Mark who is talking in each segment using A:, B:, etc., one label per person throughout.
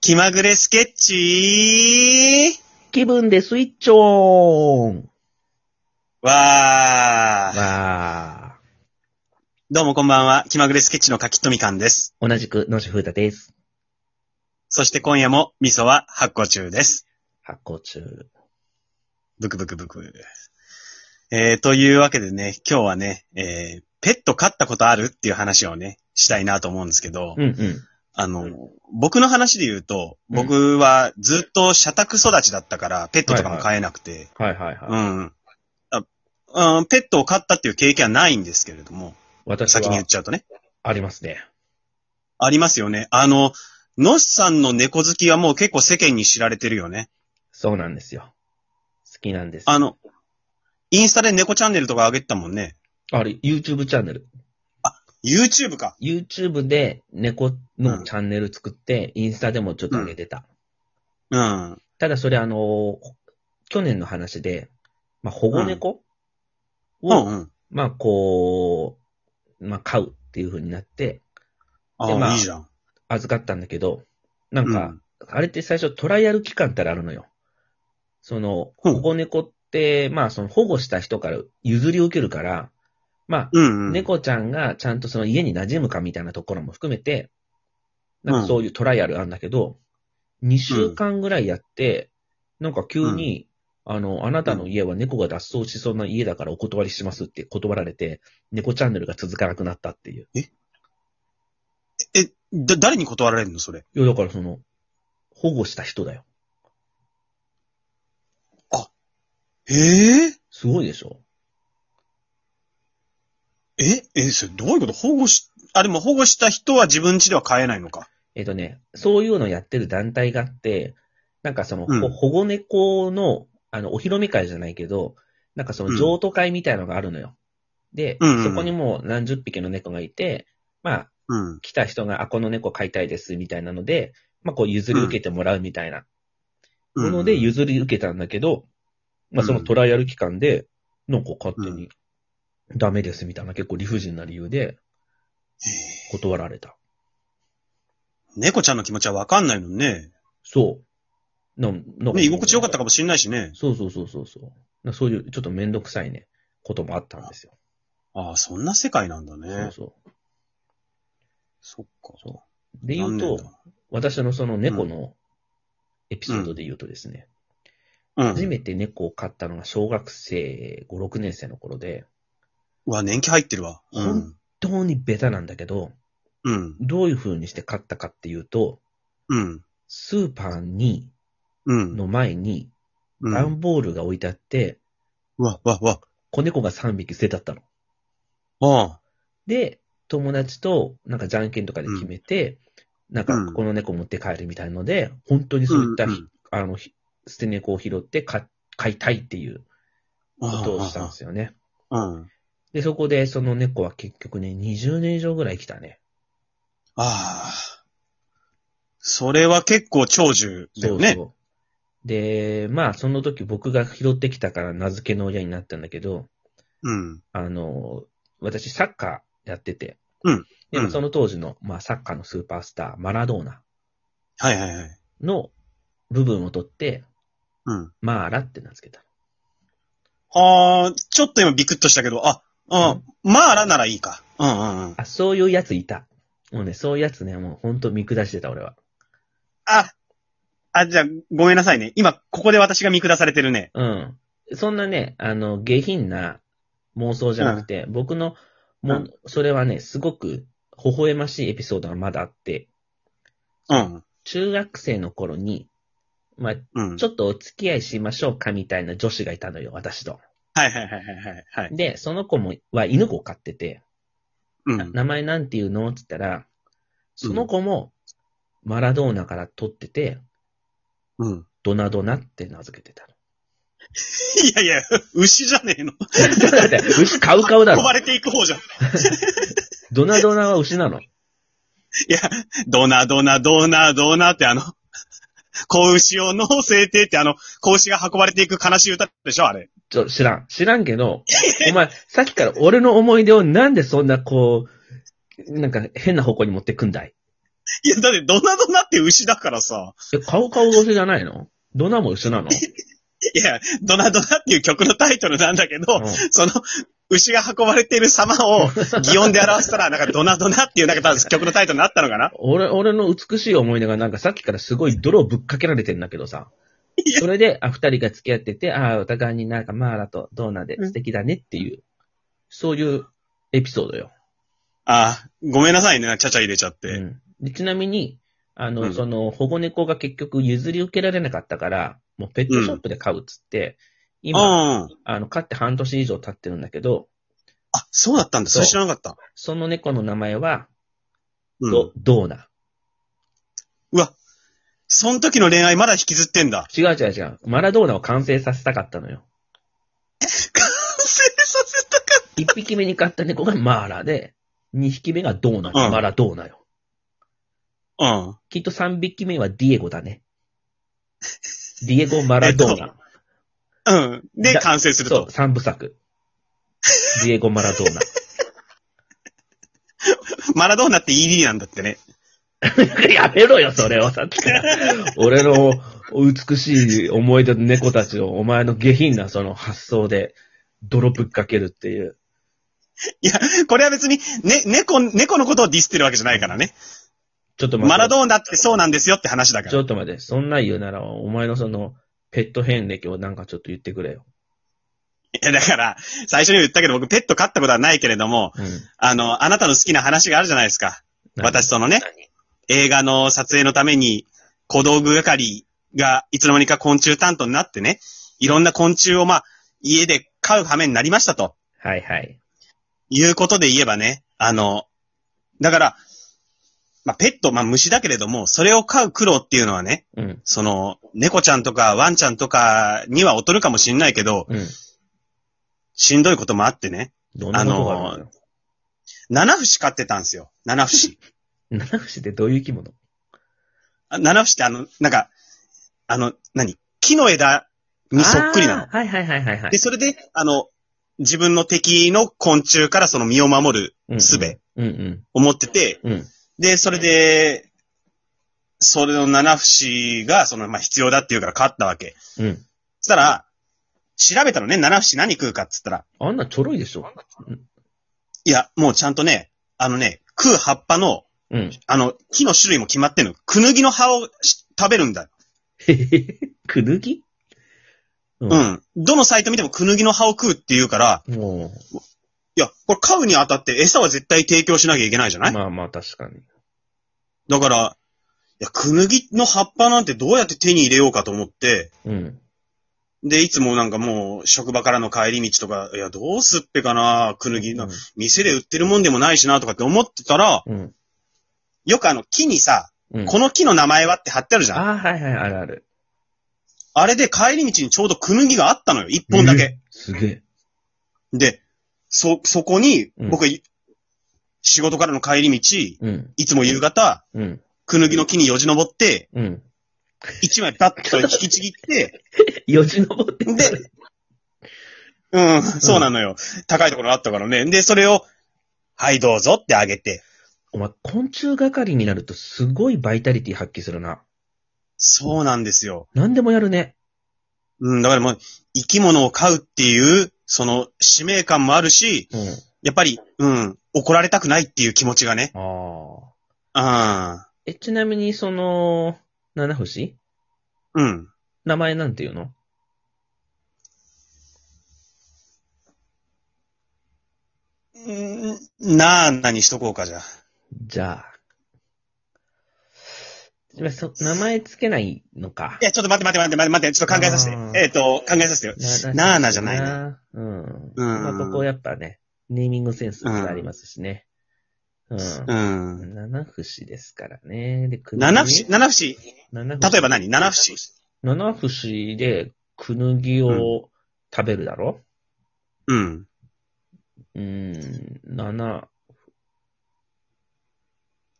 A: 気まぐれスケッチ
B: 気分でスイッチオン
A: ーわー。
B: わ
A: どうもこんばんは。気まぐれスケッチの柿とみかんです。
B: ー。同じく、野志風太です。
A: そして今夜も味噌は発酵中です。
B: 発行中。
A: ブクブクブク。えー、というわけでね、今日はね、えー、ペット飼ったことあるっていう話をね、したいなと思うんですけど、
B: うんうん。
A: あの、
B: うん
A: 僕の話で言うと、
B: うん
A: 僕はずっと社宅育ちだったから、ペットとかも飼えなくて、
B: はいはいはい。
A: うんあ、うん。ペットを飼ったっていう経験はないんですけれども、
B: 私
A: 先に言
B: は
A: っ、ちゃうとね。
B: ありますね。
A: ありますよね。あの、のしさんの猫好きはもう結構世間に知られてるよね。
B: そうなんですよ。好きなんです。
A: あ、の、インスタで猫チャンネルとか上げてたもんね。
B: あれ、YouTube チャンネル。
A: YouTube か。
B: YouTube で猫
A: うん
B: のチャンネル作って、インスタでもちょっと上げてた。
A: うん。
B: ただそれあのー、去年の話で、まあ、保護猫
A: う
B: を、
A: んうん。
B: まあこう、まあ飼うっていう風になって、
A: あ
B: でま
A: あ、
B: あ
A: いいじゃん。
B: 預かったんだけど、なん
A: う
B: か、
A: ん。
B: あれって最初トライアル期間ってあるのよ。その、
A: ほう
B: 保護猫って、まあその保護した人から譲り受けるから、ま
A: うん
B: あ、
A: うん。
B: 猫ちゃんがちゃんとその家に馴染むかみたいなところも含めて、なんかそういうトライアルあるんだけど、2週間ぐらいやって、なんか急に、あの、あなたの家は猫が脱走しそうな家だからお断りしますって断られて、猫チャンネルが続かなくなったっていう。
A: え、だ、誰に断られるのそれ。
B: いや、だからその、保護した人だよ。
A: ええ
B: すごいでしょ
A: え、え、それどういうこと保護し、あ、でも保護した人は自分家では飼えないのか。
B: えっとね、そういうのをやってる団体があって、なんかその、
A: うん
B: ほ保護猫の、あの、お披露目会じゃないけど、なんかそ
A: うん
B: の譲渡会みたいのがあるのよ。で、
A: うんうんうん
B: そこにもう何十匹の猫がいて、まあ、
A: うん。
B: 来た人が、あ、この猫飼いたいです、みたいなので、まあ、こう譲り受けてもらうみたいな
A: う
B: も
A: ん
B: ので譲り受けたんだけど、まあ、そのトライアル期間で、なんか勝手に、ダメですみたいな、結構理不尽な理由で断られた。
A: 猫ちゃんの気持ちはわかんないのね。
B: そう。なんなん
A: ね、居心地よかった
B: か
A: かもしれないしね。
B: そうそうそうそうそう。なそういう、ちょっとめんどくさいね、こともあったんですよ。
A: ああ、そんな世界なんだ
B: そう
A: ね。
B: そ
A: そっか。
B: そう。で言う
A: 残念
B: と
A: だ、
B: 私のその猫のエピソードで言うとですね、
A: うん。
B: 初めて猫を飼ったのが小学生5、6年生の頃で、
A: うわ、年季入ってるわ。うん。
B: 本当にベタなんだけど、
A: うん。
B: どういう風にして飼ったかっていうと、
A: うん。
B: スーパーに、
A: うん。
B: の前に、
A: うん。
B: 段ボールが置いてあって、
A: うわ、わ、わ。
B: 子猫が3匹捨てたったの。
A: ああ。
B: で、友達と、なんかじゃんけんとかで決めて、なん
A: う
B: か
A: ん
B: この猫持って帰るみたいので、本当にそういった、
A: うんうん
B: あの、ひ捨て猫を拾ってか飼いたいっていうことをしたんですよね。
A: ああうん。
B: で、そこでその猫は結局ね、20年以上ぐらい来たね。
A: ああ。それは結構長寿だよね。
B: そう。で、まあ、その時僕が拾ってきたから名付けの親になったんだけど、
A: うん。
B: あの、私サッカーやってて、
A: うん
B: で
A: う
B: も
A: ん
B: その当時の、まあ、サッカーのスーパースター、マラドーナ
A: はいはいはい。
B: の部分を取って、
A: うん。
B: マーラって名付けた。
A: ああ、ちょっと今ビクッとしたけど、あ、あまあらならいいか。うんうんうん。
B: あ、そういうやついた。もうね、そういうやつね、もうほんと見下してた、俺は。
A: あ、あ、じゃあ、ごめんなさいね。今、ここで私が見下されてるね。
B: うん。そんなね、あの、下品な妄想じゃなくて、僕の、も
A: うん
B: う、それはね、すごく微笑ましいエピソードがまだあって、
A: うん。
B: 中学生の頃に、まあ、
A: うん。
B: ちょっとお付き合いしましょうかみたいな女子がいたのよ、私と。
A: はいはいはいはいはいはい。
B: で、その子も、は犬子を飼ってて、
A: うん。
B: 名前なんていうのって言ったら、その子も、マラドーナから取ってて、
A: うん。
B: ドナドナって名付けてたの。
A: いやいや、牛じゃねえの。
B: だって、牛買う買うだ
A: 運
B: ろ
A: ば。れていく方じゃん。
B: ドナドナは牛なの。
A: いや、ドナドナドナドナってあの、子牛用の制定ってあの、子牛が運ばれていく悲しい歌でしょあれ。
B: ちょ、知らん。知らんけど、お前、さっきから俺の思い出をなんでそんなこう、なんか変な方向に持ってくんだい
A: いや、だってドナドナって牛だからさ。
B: え、顔顔寄せじゃないのドナも一緒なの、
A: いや、ドナドナっていう曲のタイトルなんだけど、
B: うん
A: その、牛が運ばれている様を擬音で表したら、なんかドナドナっていうなんか多分曲のタイトルになったのかな
B: 俺、俺の美しい思い出がなんかさっきからすごい泥をぶっかけられてんだけどさ
A: い。や
B: それで、あ、二人が付き合ってて、ああ、お互いになんかマーラとドーナで
A: うん
B: 素敵だねっていう、そういうエピソードよ。
A: あごめんなさいね、ちゃちゃ入れちゃって。
B: うん、でちなみに、あの、
A: うん
B: その、保護猫が結局譲り受けられなかったから、もうペットショップで買うっつって、今、
A: あー
B: あの、飼って半年以上経ってるんだけど、
A: あ、そうだったんだ。それ知らなかった。
B: その猫の名前は、
A: うん
B: ド、ドーナ。
A: うわ、その時の恋愛まだ引きずってん だ。
B: 違う違う違う。マラドーナを完成させたかったのよ。
A: 完成させたかっ
B: 一匹目に飼った猫がマーラで、二匹目がドーナ、
A: うん
B: マラドーナよ。
A: た。うん。
B: きっと三匹目はディエゴだね。ディエゴ・マラドーナ。
A: うん。で、
B: だ
A: 完成する
B: そ
A: と
B: う、。三部作。ディエゴ・マラドーナ。
A: マラドーナって ED なんだってね。
B: やめろよ、それを、さっきから。 俺の美しい思い出の猫たちを、お前の下品なその発想で、泥ぶっかけるっていう。
A: いや、これは別に、ね、猫、猫のことをディスってるわけじゃないからね。
B: ちょっと待って。
A: マラドーナってそうなんですよって話だか
B: ち
A: ら。
B: ょっと待って。そんなん言うなら、お前のその、ペット遍歴をなんかちょっと言ってくれよ。
A: いや、だから、最初にも言ったけど、僕ペット飼ったことはないけれども、
B: うん。
A: あの、あなたの好きな話があるじゃないですか。
B: 何
A: 私そのね、映画の撮影のために、小道具係がいつの間にか昆虫担当になってね、いろんな昆虫をまあ、家で飼う羽目になりましたと。
B: はいはい。
A: いうことで言えばね、あの、だから、まあ、ペット、まあ、虫だけれども、それを飼う苦労っていうのはね、
B: うん。
A: その、猫ちゃんとかワンちゃんとかには劣るかもしんないけど、
B: うん。
A: しんどいこともあってね、
B: どんなことがあるのよ。
A: 七節飼ってたんですよ。七 節。
B: 七節ってどういう生き物
A: あ七節ってあの、なんか、あの、何木の枝にそっくりなの
B: あ。ーはいはいはいはいは
A: で、
B: い。
A: それで、あの、自分の敵の昆虫からその身を守る
B: うん
A: 術べ
B: うんうん。
A: 思ってて、
B: うん。
A: で、それで、それの七節が、その、まあ、必要だっていうから買ったわけ。
B: うん。
A: そしたら、調べたのね、七節何食うかっつったら、
B: あんなちょろいでしょ。
A: いや、もうちゃんとね、あのね、食う葉っぱの、
B: うん。
A: あの、木の種類も決まってんの。クヌギの葉をし食べるんだよ。
B: へへへ。 くぬぎう
A: う。ん。どのサイト見てもクヌギの葉を食うって言うから、
B: も、
A: いや、これ飼うにあたって餌は絶対提供しなきゃいけないじゃないう
B: まあまあ確かに。
A: だから、いや、クヌギの葉っぱなんてどうやって手に入れようかと思って、
B: うん。
A: で、いつもなんかもう、職場からの帰り道とか、いや、どうすっぺかな、クヌギの、店で売ってるもんでもないしな、とかって思ってたら、
B: うん。
A: よくあの、木にさ、
B: うん。
A: この木の名前はって貼ってあるじゃん。あ
B: ああ、はいはい、あるあ
A: れ
B: る。
A: で帰り道にちょうどクヌギがあったのよ、一本だけ。
B: すげえ。
A: で、そ、そこに、
B: うん
A: 僕、仕事からの帰り道、
B: うん。
A: いつも夕方、
B: うん。
A: クヌギの木によじ登って、
B: うん。
A: 一枚パッと引きちぎって、
B: よじ登って
A: で、うん、そうなのよ。高いところあったからね。で、それを、はい、どうぞってあげて。
B: お前、昆虫係になるとすごいバイタリティ発揮するな。
A: そうなんですよ。
B: 何でもやるね。
A: うん、だからもう、生き物を飼うっていう、その、使命感もあるし、
B: うん。
A: やっぱり、うん、怒られたくないっていう気持ちがね。
B: ああ。
A: あ
B: え、ちなみに、その、七星
A: ーうん。
B: 名前なんていうの
A: うんなあ、何しとこうか、じゃあ。
B: じゃあ。まあそ名前つけないのか
A: い。や、ちょっと待って待って待って待って待って、ちょっと考えさせ
B: あー
A: て。えっ、と、考えさせてよ。なあなじゃない
B: な。うん。
A: うん
B: まあ、ここやっぱね、ネーミングセンスがありますしね。うん。
A: うん。
B: 七節ですからね。で、くぬぎ
A: 七節、七節、
B: 七節
A: 例えば何七節。
B: 七節で、くぬぎを食べるだろ
A: うん。
B: うん、七、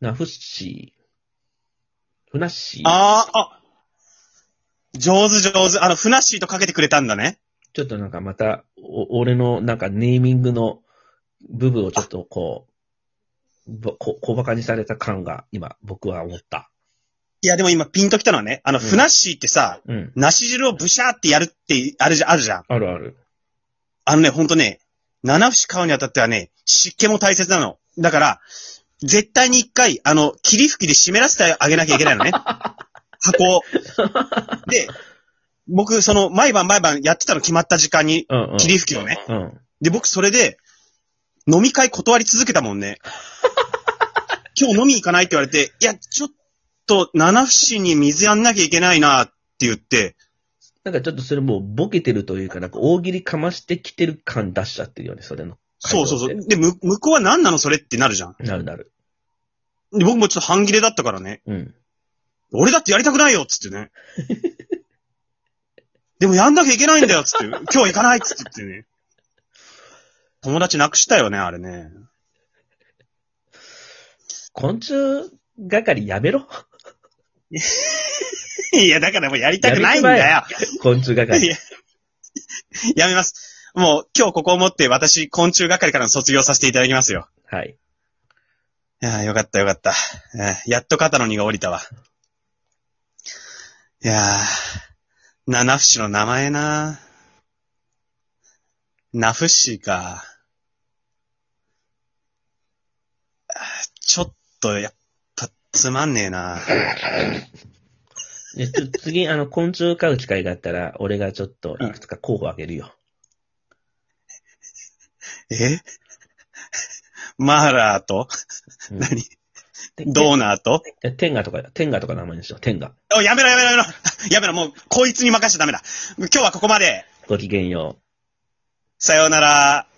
B: なふし、ふなっしー、
A: ああ、あ、上手上手。あの、ふなっしーとかけてくれたんだね。
B: ちょっとなんかまた、お俺のなんかネーミングの部分をちょっとこう、ぼこ小馬鹿にされた感が今、僕は思った。
A: いや、でも今ピンときたのはね、あの、
B: うん
A: ふなっしーってさ、
B: うん。
A: 梨汁をブシャーってやるって、あるじゃ、あるじゃん。
B: あるある。
A: あのね、ほんとね、七節買うにあたってはね、湿気も大切なの。だから、絶対に一回、あの、霧吹きで湿らせてあげなきゃいけないの ね。箱を。で、僕、その、毎晩毎晩やってたの決まった時間に、
B: うんうん。
A: 霧吹きをね。
B: うん。
A: で、僕それで、飲み会断り続けたもん ね。今日飲み行かないって言われて、いや、ちょっと、七節に水やんなきゃいけないなって言って、
B: なんかちょっとそれもうボケてるというか、なんか大喜利かましてきてる感出しちゃってるよね、それの。
A: そうそうそ
B: 回答
A: う。で、む向こうは何なのそれってなるじゃん。
B: って。なるなる。
A: で僕もちょっと半切れだったからね。
B: うん。
A: 俺だってやりたくないよっつ ってね。でもやんなきゃいけないんだよっつって。今日行かないっつって言ってね。友達なくしたよね、あれね。
B: 昆虫係やめろ。
A: いや、だからもうやりたくないんだよ。
B: 昆虫
A: い
B: 係。
A: ややめます。もう今日ここをもって私、昆虫係からの卒業させていただきますよ。
B: はい。
A: いやーよかったよかった。えーやっと肩の荷が降りたわ。いやー、七節の名前なナフシか。あーちょっと、やっぱ、つまんねえな
B: でつ次、あの、昆虫飼う機会があったら、俺がちょっといくつか候補あげるよ。
A: えマーラーと、
B: うん
A: 何
B: で
A: ドーナーと
B: で天下とか、天下とか名前にしよう。天下。
A: お、やめろやめろやめろやめろ、もう、こいつに任せちゃダメだ。今日はここまで。
B: ごきげんよう。
A: さようなら。